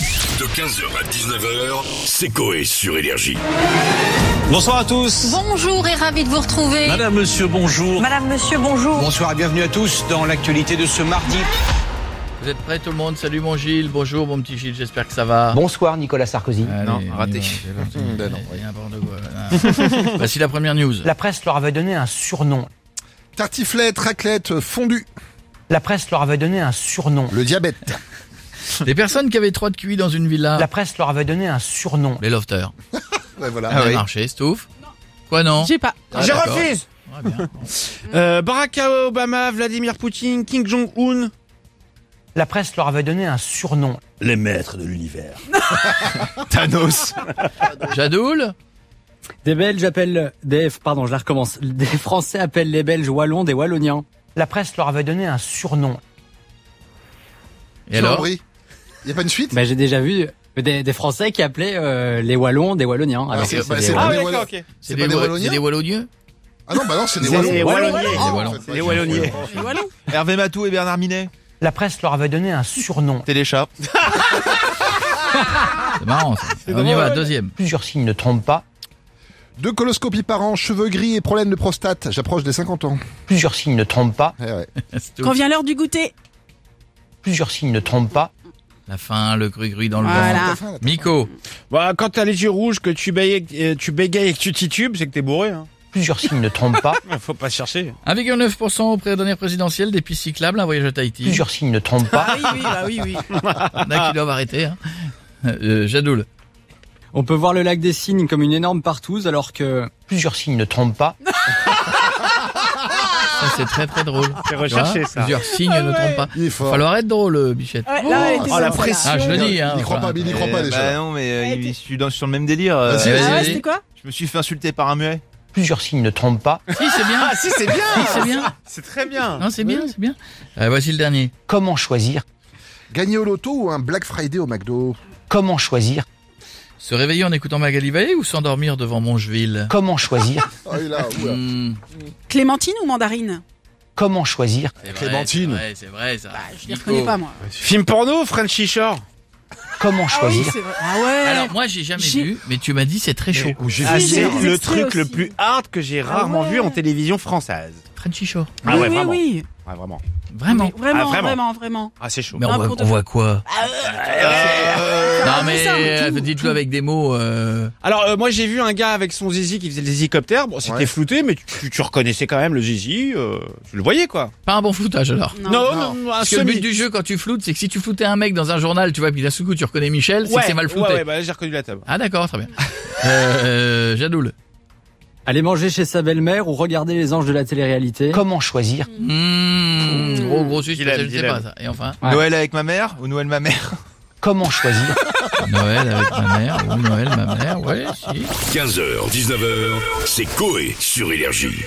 De 15h à 19h, c'est Coé sur Énergie. Bonsoir à tous. Bonjour et ravi de vous retrouver. Madame, monsieur, bonjour. Madame, monsieur, bonjour. Bonsoir et bienvenue à tous dans l'actualité de ce mardi. Vous êtes prêts tout le monde Salut mon Gilles, bonjour mon petit Gilles, j'espère que ça va. Bonsoir Nicolas Sarkozy. Allez, non, on y raté. va, c'est parti. Et n'importe quoi, voilà. Voici la première news. La presse leur avait donné un surnom. Tartiflette, raclette, fondue, La presse leur avait donné un surnom. le diabète. Les personnes qui avaient 3 de QI dans une villa, La presse leur avait donné un surnom. les lofters, Ouais, voilà. ça a marché, c'est ouf. Quoi non J'ai pas. Ah, d'accord. Ouais, bien. Euh, Barack Obama, Vladimir Poutine, Kim Jong-un. La presse leur avait donné un surnom. Les maîtres de l'univers. Thanos. Jadoul Des Belges appellent des pardon, je la recommence. Des Français appellent les Belges wallons des walloniens. La presse leur avait donné un surnom. Et alors Il n'y a pas une suite Bah, j'ai déjà vu des, des Français qui appelaient euh, les wallons des walloniens. Alors c'est- que bah, des c'est- Wallons. Ah oui, Des d'accord, Wallons. ok. C'est pas des, des Wa- Walloniens c'est des Walloniens Ah non, bah non, c'est des C'est des Wallons. Walloniers. Des Wallons. En fait, Des ouais, Walloniers. je comprends. Hervé Matou et Bernard Minet. La presse leur avait donné un surnom. Téléchat. C'est marrant ça. On y va, deuxième. Plusieurs signes ne trompent pas. Deux coloscopies par an, cheveux gris et problème de prostate. J'approche des 50 ans. Plusieurs signes ne trompent pas. Ouais, ouais. C'est tout. Quand vient l'heure du goûter, Plusieurs signes ne trompent pas. La faim, le gru-gru dans le Voilà. ventre. Ah, T'as faim, là, t'as Miko, Bah, quand t'as les yeux rouges, que tu bégayes, euh, tu bégayes et que tu titubes, c'est que t'es bourré. Hein. Plusieurs signes ne trompent pas. Faut pas chercher. 1,9% au pré dernière présidentielle des pistes cyclables, un voyage à Tahiti. Plusieurs signes ne trompent pas. oui, oui, bah oui, oui. Il y en a qui doivent arrêter. Hein. Euh, Jadoul. On peut voir le lac des Cygnes comme une énorme partouze, alors que Plusieurs signes ne trompent pas. Ça, c'est très très drôle. C'est Tu vois, recherché, ça. Plusieurs signes ne trompent pas. Il est fort. Falloir être drôle, euh, Bichette. Ouais, là, elle était oh, la sur- pression. Ah, je le dis. Hein, Il n'y croit voilà. pas, mais il n'y croit pas Euh, bah déjà. non, mais euh, Ouais, il- t'es- je suis dans- sur le même délire. euh, Vas-y, vas-y, Ah ouais, vas-y. c'était quoi je me suis fait insulter par un muet. Plusieurs signes ne trompent pas. Si, c'est bien. Ah, si, c'est bien. Si, c'est bien. C'est très bien. Non, c'est bien, c'est bien. Euh, voici le dernier. Comment choisir Gagner au loto ou un Black Friday au McDo Comment choisir Se réveiller en écoutant Magali Vallée ou s'endormir devant Mongeville Comment choisir Oh, il est là, oula. Hmm, Clémentine ou mandarine Comment choisir c'est vrai, Clémentine. C'est vrai, c'est vrai, ça. Bah, Je les reconnais pas, moi. Film porno, Frenchy Shore. Comment Ah oui, choisir c'est vrai. Ah ouais Alors, moi, j'ai jamais J'ai- vu, mais tu m'as dit c'est très chaud. j'ai vu ça. Ah, c'est J'ai vu le des truc extraits le aussi. plus hard que j'ai rarement ouais. vu en télévision française. Frenchy Shore. Ah oui, ouais, oui, vraiment. oui. Ouais, vraiment. Vraiment. Mais Vraiment, Ah, vraiment. vraiment, vraiment, Ah, c'est chaud. Euh, Mais on Ah, voit, pour de on voit quoi Non, mais ça, euh, tout, dites-le avec des mots. euh, Alors euh, moi j'ai vu un gars avec son zizi qui faisait des hélicoptères. Bon c'était Ouais. flouté mais tu, tu reconnaissais quand même le zizi. euh, tu le voyais quoi. Pas un bon floutage, alors. Non. non, non, un Parce que le but semi. du jeu, quand tu floutes, c'est que si tu floutais un mec dans un journal, tu vois, puis d'un seul coup, tu reconnais Michel, c'est Ouais, que c'est mal flouté. Ouais, ouais, bah, j'ai reconnu la table. Ah, d'accord, très bien. Euh, euh, Jadoul. aller manger chez sa belle-mère ou regarder les anges de la télé-réalité. Comment choisir Mmh, gros, gros suspense, Dylan, je ne sais Dylan. pas ça. Et enfin, Ouais. Noël avec ma mère ou Noël ma mère Comment choisir Noël avec ma mère, ou Noël, ma mère, ouais, si. 15h, 19h, c'est Coé sur Énergie.